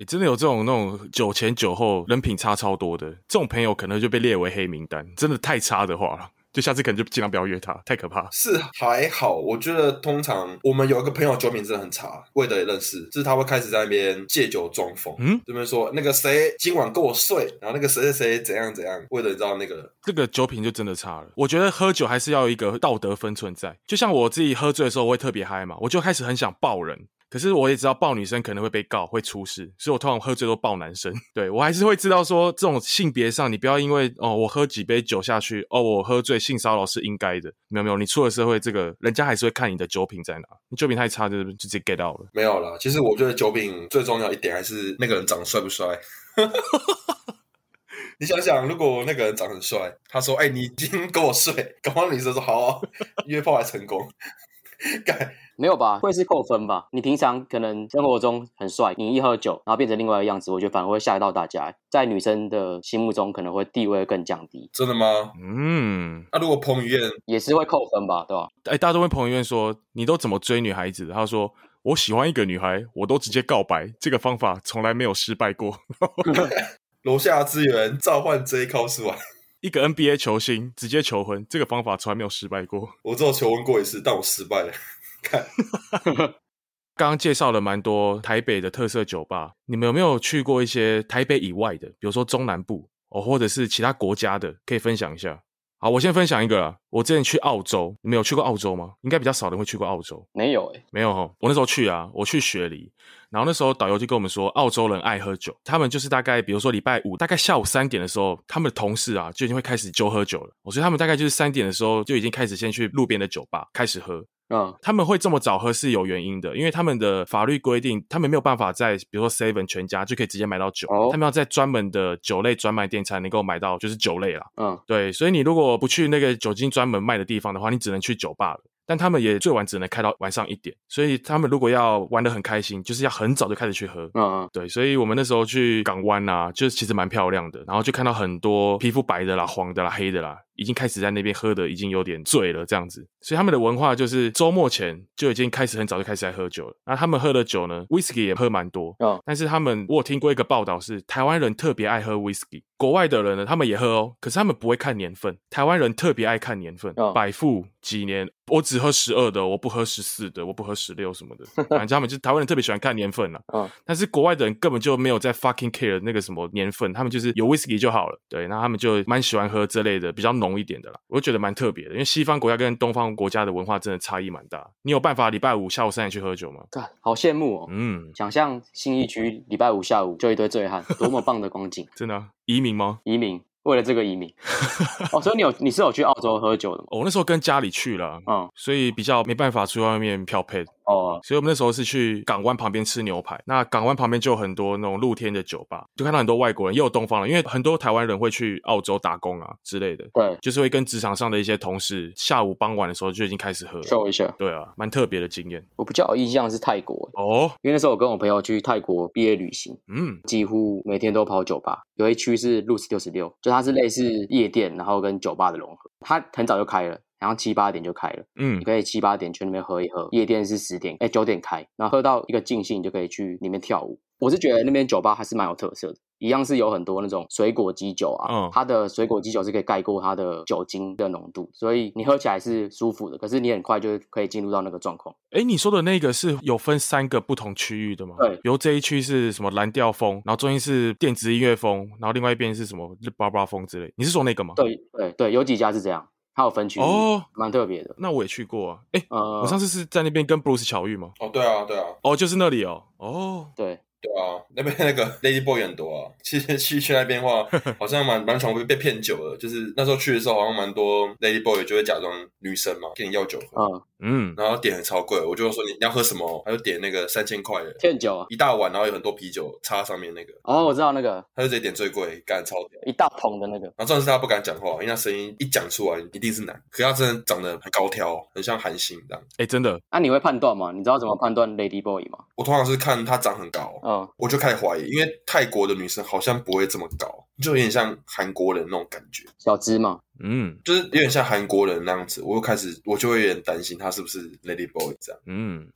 欸真的有这种那种酒前酒后人品差超多的，这种朋友可能就被列为黑名单。真的太差的话，就下次可能就尽量不要约他，太可怕。是还好，我觉得通常我们有一个朋友酒品真的很差，魏德也认识，就是他会开始在那边借酒装疯，嗯，这边说那个谁今晚跟我睡，然后那个谁谁谁怎样怎样，魏德你知道那个这个酒品就真的差了。我觉得喝酒还是要有一个道德分寸在。就像我自己喝醉的时候，我会特别嗨嘛，我就开始很想抱人。可是我也知道抱女生可能会被告，会出事，所以我通常喝醉都抱男生。 (laughs) 对我还是会知道说，这种性别上，你不要因为哦，我喝几杯酒下去，哦，我喝醉性骚扰是应该的。没有没有，你出了社会，这个人家还是会看你的酒品在哪。你酒品太差，就是就直接 get out 了。没有啦。其实我觉得酒品最重要一点还是那个人长得帅不帅。 (laughs) 你想想，如果那个人长得很帅，他说：“哎、你今天跟我睡。”搞不好女生说：“好啊、约炮还成功。”干，没有吧？会是扣分吧？你平常可能生活中很帅，你一喝酒，然后变成另外一个样子，我觉得反而会吓到大家，在女生的心目中可能会地位更降低，真的吗？嗯，那、如果彭于晏，也是会扣分吧，对 (laughs) 吧？哎，大家都问朋友院说，你都怎么追女孩子的？他说。我喜欢一个女孩，我都直接告白，这个方法从来没有失败过。 (laughs) 楼下资源召唤 J 靠出来，一个 NBA 球星直接求婚，这个方法从来没有失败过。我只有求婚过一次，但我失败了。看，刚刚介绍了蛮多台北的特色酒吧，你们有没有去过一些台北以外的，比如说中南部哦，或者是其他国家的，可以分享一下？好，我先分享一个啦。我之前去澳洲，你们有去过澳洲吗？应该比较少人会去过澳洲。没有哎、没有哦，我那时候去啊，我去雪梨，然后那时候导游就跟我们说，澳洲人爱喝酒，他们就是大概比如说礼拜五大概下午三点的时候，他们的同事啊就已经会开始揪喝酒了，哦所以他们大概就是三点的时候就已经开始先去路边的酒吧开始喝。嗯，他们会这么早喝是有原因的，因为他们的法律规定，他们没有办法在比如说 Seven 全家就可以直接买到酒，哦他们要在专门的酒类专卖店才能够买到就是酒类啦。嗯，对，所以你如果不去那个酒精专门卖的地方的话，你只能去酒吧了。但他们也最晚只能开到晚上一点，所以他们如果要玩得很开心，就是要很早就开始去喝。嗯嗯，对，所以我们那时候去港湾啊，就是其实蛮漂亮的，然后就看到很多皮肤白的啦、黄的啦、黑的啦，已经开始在那边喝的已经有点醉了这样子。所以他们的文化就是周末前就已经开始很早就开始在喝酒了。那他们喝的酒呢，whisky 也喝蛮多，嗯但是他们我有听过一个报道是台湾人特别爱喝 whisky，国外的人呢他们也喝哦，可是他们不会看年份，台湾人特别爱看年份，嗯百富几年，我只喝十二的，我不喝十四的，我不喝十六什么的，反正他们就是台湾人特别喜欢看年份啦、但是国外的人根本就没有在 fucking care 那个什么年份，他们就是有 whisky 就好了。对，那他们就蛮喜欢喝这类的比较浓一点的啦，我就觉得蛮特别的，因为西方国家跟东方国家的文化真的差异蛮大。你有办法礼拜五下午三点去喝酒吗？干，好羡慕哦。嗯，想象新一区礼拜五下午就一堆醉 (laughs) 汉，多么棒的光景！真的啊、移民吗？移民为了这个移 (laughs) 民，哦，所以你有你是有去澳洲喝酒的吗？哦，我那时候跟家里去了，嗯，所以比较没办法出去外面漂配，哦，所以我们那时候是去港湾旁边吃牛排。那港湾旁边就有很多那种露天的酒吧，就看到很多外国人，也有东方人，因为很多台湾人会去澳洲打工啊之类的，对，就是会跟职场上的一些同事，下午傍晚的时候就已经开始喝了。秀一下。对啊，蛮特别的经验我比较有印象是泰国，欸哦。因为那时候我跟我朋友去泰国毕业旅行，嗯，几乎每天都跑酒吧。有一区是 Loose 六十六，就它是类似夜店，然后跟酒吧的融合。它很早就开了，然后七八点就开了，嗯你，可以七八点去那边喝一喝。夜店是十点，哎九点开，然后喝到一个尽兴，你就可以去里面跳舞。我是觉得那边酒吧还是蛮有特色的。一样是有很多那种水果基酒啊，嗯它的水果基酒是可以盖过它的酒精的浓度，所以你喝起来是舒服的，可是你很快就可以进入到那个状况。哎，你说的那个是有分三个不同区域的吗？对比如这一区是什么蓝调风，然后中间是电子音乐风，然后另外一边是什么日巴巴风之类。你是说那个吗？对对对，有几家是这样。它有分区域哦蛮特别的。那我也去过啊。哎、呃，我上次是在那边跟 Bruce 巧遇吗？哦，对啊，对啊，哦，就是那里哦。哦，对对啊，那边那个 (laughs) Lady Boy 很多啊。其实去去那边的话，好像蛮蛮常被被骗酒的。就是那时候去的时候，好像蛮多 Lady Boy 就会假装女生嘛，跟你要酒喝，嗯，嗯，然后点很超贵，我就说你你要喝什么，他就点那个三千块的，骗酒啊。一大碗，然后有很多啤酒插上面那个，哦，我知道那个他就直接点最贵，干超屌。一大桶的那个，然后重点是他不敢讲话，因为他声音一讲出来一定是男，可是他真的长得很高挑，很像韩星这样。哎、真的，啊那、你会判断吗？你知道怎么判断 Lady Boy 吗？我通常是看他长很高，嗯，我就开始怀疑，因为泰国的女生好像不会这么高，就有点像韩国人那种感觉。小芝嘛，嗯就是有点像韩国人那样子，我又开始我就会有点担心他是不是 Lady Boy 这样，嗯，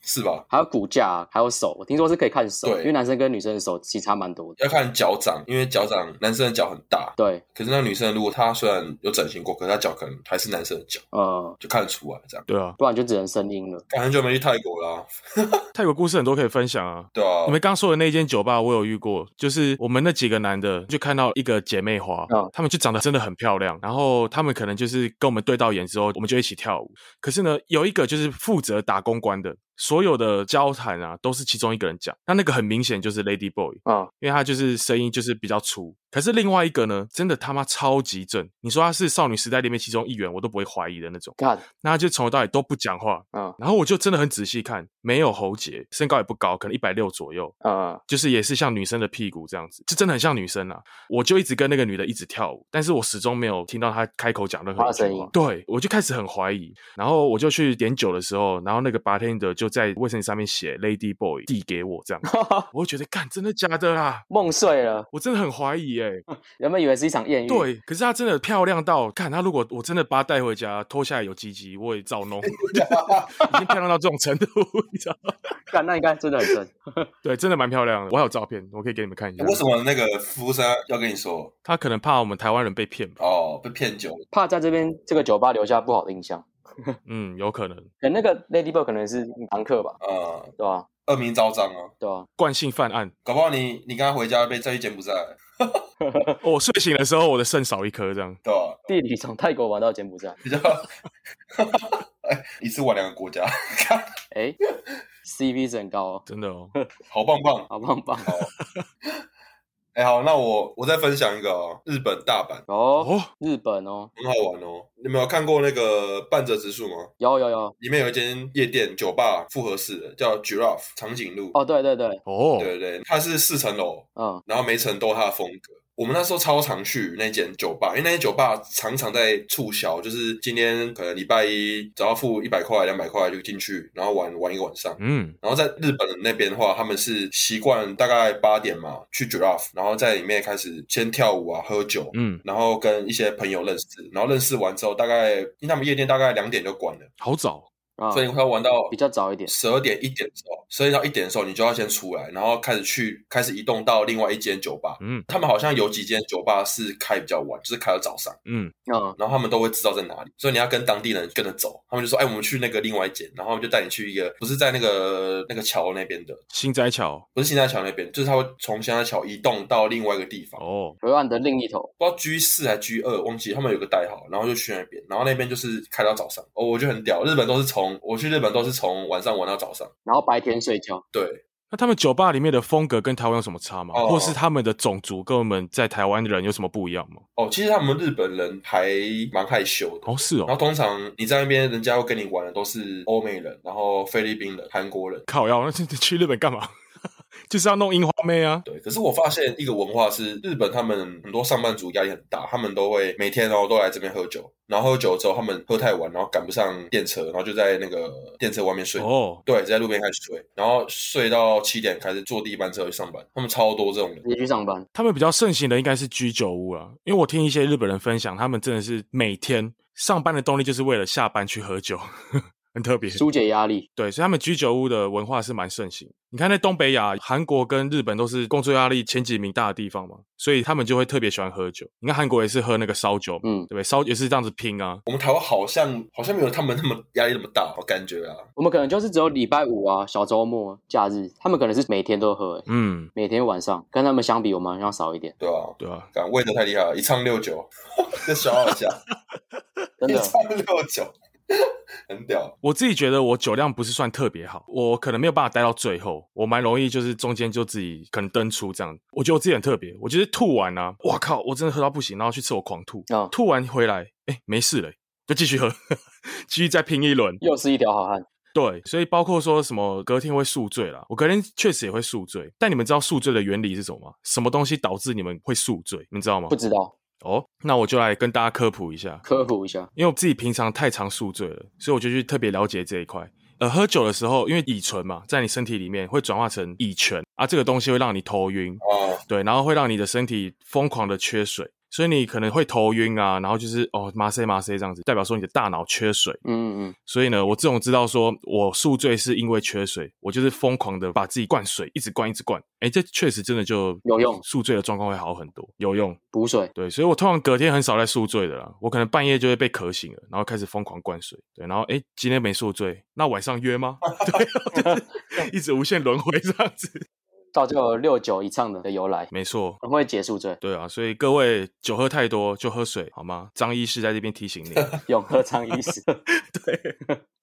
是吧？还有骨架啊、还有手，我听说是可以看手，对因为男生跟女生的手其实差蛮多的。要看脚掌，因为脚掌男生的脚很大，对，可是那女生如果她虽然有整形过，可是她脚可能还是男生的脚，呃，就看得出来这样。对啊，不然就只能声音了。干很久没去泰国啦、泰国故事很多可以分享啊。对啊你，们刚说的那间酒吧，我有遇过，就是我们那几个男的就看到一个姐妹花嗯，她、们就长得真的很漂亮，然后她们可能就是跟我们对到眼之后，我们就一起跳舞。可是呢，有一个就是负责打公关的，所有的交谈啊都是其中一个人讲，那那个很明显就是 Lady Boy，嗯，因为他就是声音就是比较粗。可是另外一个呢，真的他妈超级正，你说他是少女时代里面其中一员，我都不会怀疑的那种。看，那他就从头到尾都不讲话，嗯然后我就真的很仔细看，没有喉结，身高也不高，可能一百六左右，呃， (laughs) 就是也是像女生的屁股这样子，就真的很像女生啊。我就一直跟那个女的一直跳舞，但是我始终没有听到她开口讲任何一她的句声话音。对，我就开始很怀疑，然后我就去点酒的时候，然后那个 bartender 就在卫生纸上面写 Lady Boy 递给我这样 (laughs) 子，我就觉得干真的假的啦？梦碎了，我真的很怀疑嗯哎、原本以为是一场艳遇。，对，可是她真的漂亮到，看她如果我真的把她带回家，脱下来有鸡鸡，我也 (laughs) 照弄，已经漂亮到这种程度，你知道吗？看那应该真的很正。对，真的蛮漂亮的，我还有照片，我可以给你们看一下。哎为什么那个服务生要跟你说她可能怕我们台湾人被骗吧？哦被骗酒？怕在这边这个酒吧留下不好的印象。嗯，有可能可那个 Lady Bird 可能是房客吧，呃，对吧、恶名昭彰啊！对吧、惯性犯案。搞不好你你刚刚回家被再去柬埔寨，哦我睡醒的时候，我的肾少一颗，这样对吧？地理从泰国玩到柬埔寨，比较，哎，一次玩两个国家，哎，CP 值很高哦，真的哦。好棒棒！好棒棒哎、好，那我我再分享一个、哦、日本大阪，哦，哦，日本哦，很好玩哦。你们有看过那个半泽直树吗？有有有，里面有一间夜店酒吧，复合式的，叫 Giraffe 长颈鹿。哦，对对对，哦，对对对，它是四层楼，嗯，然后每层都有它的风格。我们那时候超常去那间酒吧，因为那间酒吧常常在促销，就是今天可能礼拜一只要付一百块、两百块就进去，然后玩玩一个晚上。嗯，然后在日本那边的话，他们是习惯大概八点嘛去 Giraffe，然后在里面开始先跳舞啊、喝酒，嗯，然后跟一些朋友认识，然后认识完之后，大概因为他们夜店大概两点就关了，好早，啊所以，他玩到比较早一点，十二点一点的时候，十二点到一点的时候，你就要先出来，然后开始去开始移动到另外一间酒吧。嗯他们好像有几间酒吧是开比较晚，就是开到早上，嗯，嗯，然后他们都会知道在哪里，所以你要跟当地人跟着走。他们就说：“哎，我们去那个另外一间。”然后他们就带你去一个不是在那个那个桥那边的，新斋桥，不是新在桥那边，就是他会从新在桥移动到另外一个地方。哦，河岸的另一头，不知道 G 四还 G 二，忘记他们有个代号，然后就去那边，然后那边就是开到早上，哦，我觉得很屌。日本都是从我去日本都是从晚上玩到早上，然后白天睡觉，对，那他们酒吧里面的风格跟台湾有什么差吗？哦或是他们的种族跟我们在台湾人有什么不一样吗？哦，其实他们日本人还蛮害羞的。哦，是然后哦，通常你在那边，人家会跟你玩的都是欧美人，然后菲律宾人、韩国人，靠要去日本干嘛？ (laughs) 就是要弄樱花妹啊。对。可是我发现一个文化是，日本他们很多上班族压力很大，他们都会每天然后都来这边喝酒，然后喝酒之后他们喝太晚，然后赶不上电车，然后就在那个电车外面睡哦，对，在路边开始睡，然后睡到七点开始坐第一班车去上班。他们超多这种人直，接去上班，他们比较盛行的应该是居酒屋啊，因为我听一些日本人分享，他们真的是每天上班的动力就是为了下班去喝酒， (laughs) 很特别。疏解压力，对，所以他们居酒屋的文化是蛮盛行。你看，在东北亚，韩国跟日本都是工作压力前几名大的地方嘛，所以他们就会特别喜欢喝酒。你看韩国也是喝那个烧酒嘛，嗯对，不对？烧也是这样子拼啊，我们台湾好像好像没有他们那么压力那么大，我感觉啊。我们可能就是只有礼拜五啊、小周末、假日，他们可能是每天都喝、欸，嗯，每天晚上跟他们相比，我们好像少一点，对啊，对啊？敢魏德太厉害了，一唱六九，再消耗一下。 (laughs) 真一的。三六九， (laughs) 很屌。我自己觉得我酒量不是算特别好，我可能没有办法待到最后，我蛮容易就是中间就自己可能登出这样。我觉得我自己很特别，我就是吐完啊，哇靠，我真的喝到不行，然后去厕所狂吐，哦吐完回来，哎，没事了，就继续喝， (laughs) 继续再拼一轮。又是一条好汉，对，所以包括说什么隔天会宿醉啦，我隔天确实也会宿醉，但你们知道宿醉的原理是什么吗？什么东西导致你们会宿醉？你们知道吗不？知道哦，那我就来跟大家科普一下。科普一下。因为我自己平常太常宿醉了，所以我就去特别了解这一块。呃，喝酒的时候，因为乙醇嘛，在你身体里面会转化成乙醛啊，这个东西会让你头晕，哦，对，然后会让你的身体疯狂的缺水，所以你可能会头晕啊，然后就是哦麻塞麻塞这样子，代表说你的大脑缺水。嗯嗯所以呢，我自从知道说我宿醉是因为缺水，我就是疯狂的把自己灌水，一直灌一直灌，哎，这确实真的就有用宿醉的状况会好很多，有用。嗯，补水。对，所以我通常隔天很少在宿醉的啦，我可能半夜就会被渴醒了，然后开始疯狂灌水，对，然后诶，今天没宿醉，那晚上约吗？ (laughs) 对，就是一直无限轮回这样子，造就了六九以上的的由来，没错，很会解宿醉，对啊，所以各位酒喝太多就喝水好吗？张医师在这边提 (laughs) 醒你，永和昌医 (laughs) 师，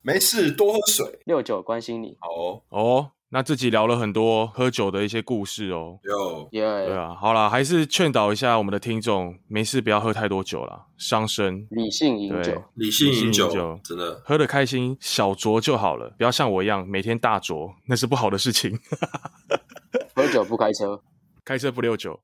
没事，多喝水。六九关心你，好哦，哦，那这集聊了很多喝酒的一些故事哦。有耶、对啊，好啦，还是劝导一下我们的听众，没事不要喝太多酒啦，伤身。理性饮对酒，，理性饮理性饮酒酒，真的。喝的开心，小酌就好了，不要像我一样每天大酌，那是不好的事情。喝酒不开车，开车不溜酒。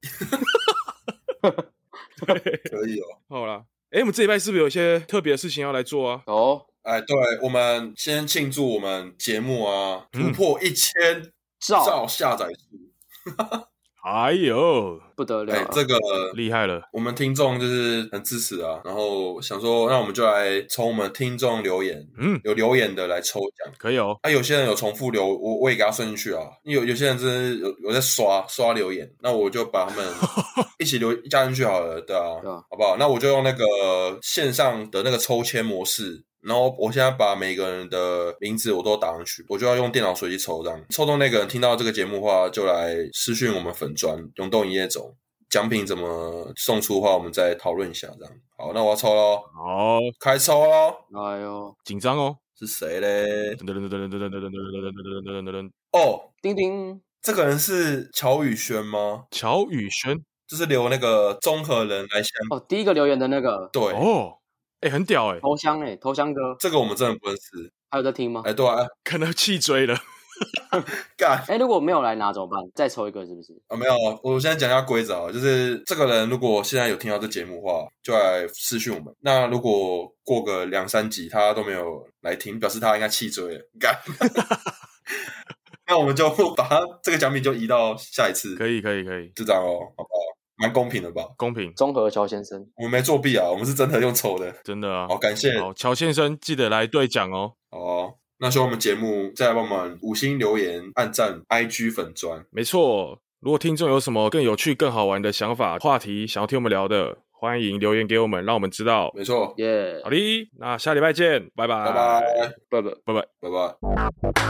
可以哦。好啦，哎、我们这礼拜是不是有一些特别的事情要来做啊？哦，哎，对，我们先庆祝我们节目啊突嗯破一千照兆下载数。哎呦，不得了、哎啊，这个厉害了！我们听众就是很支持啊，然后想说，那我们就来从我们听众留言，嗯，有留言的来抽奖。可以哦。啊，有些人有重复留，我我也给他顺进去啊。因为有有些人真的是有有在刷刷留言，那我就把他们一起留加进去好了，对啊，对啊好不好？那我就用那个线上的那个抽签模式，然后我现在把每个人的名字我都打上去，我就要用电脑随机抽这样。抽中那个人听到这个节目的话，就来私讯我们粉砖永动营业总。奖品怎么送出的话，我们再讨论一下，这样。好，那我要抽喽，好开抽喽！哎呦，紧张哦。是谁嘞？噔噔噔噔噔噔噔噔噔噔噔噔噔噔。哦，丁丁，这个人是乔宇轩吗？乔宇轩就是留那个综合人来先哦，第一个留言的那个对，哦，哎、很屌哎、头香哎、头香哥，这个我们真的不认识。还有在听吗？哎，对啊，看到气追了。干哎、如果没有来拿怎么办？再抽一个是不是？啊，没有，我现在讲一下规则啊，就是这个人如果现在有听到这节目的话，就来私讯我们。那如果过个两三集他都没有来听，表示他应该弃追了。 (laughs) 干， (laughs) 那我们就把他这个奖品就移到下一次，可以可以可以，就这样哦，好不好？蛮公平的吧？公平，综合乔先生，我们没作弊啊，我们是真的用抽的。真的啊。好，感谢好，乔先生记得来兑奖哦。好哦，那喜欢我们节目，再来帮我们五星留言、按赞、IG 粉砖。没错，如果听众有什么更有趣、更好玩的想法、话题，想要听我们聊的，欢迎留言给我们，让我们知道。没错，耶、好的，那下礼拜见，拜拜，拜拜，不不。拜拜。拜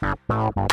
拜。 Bye.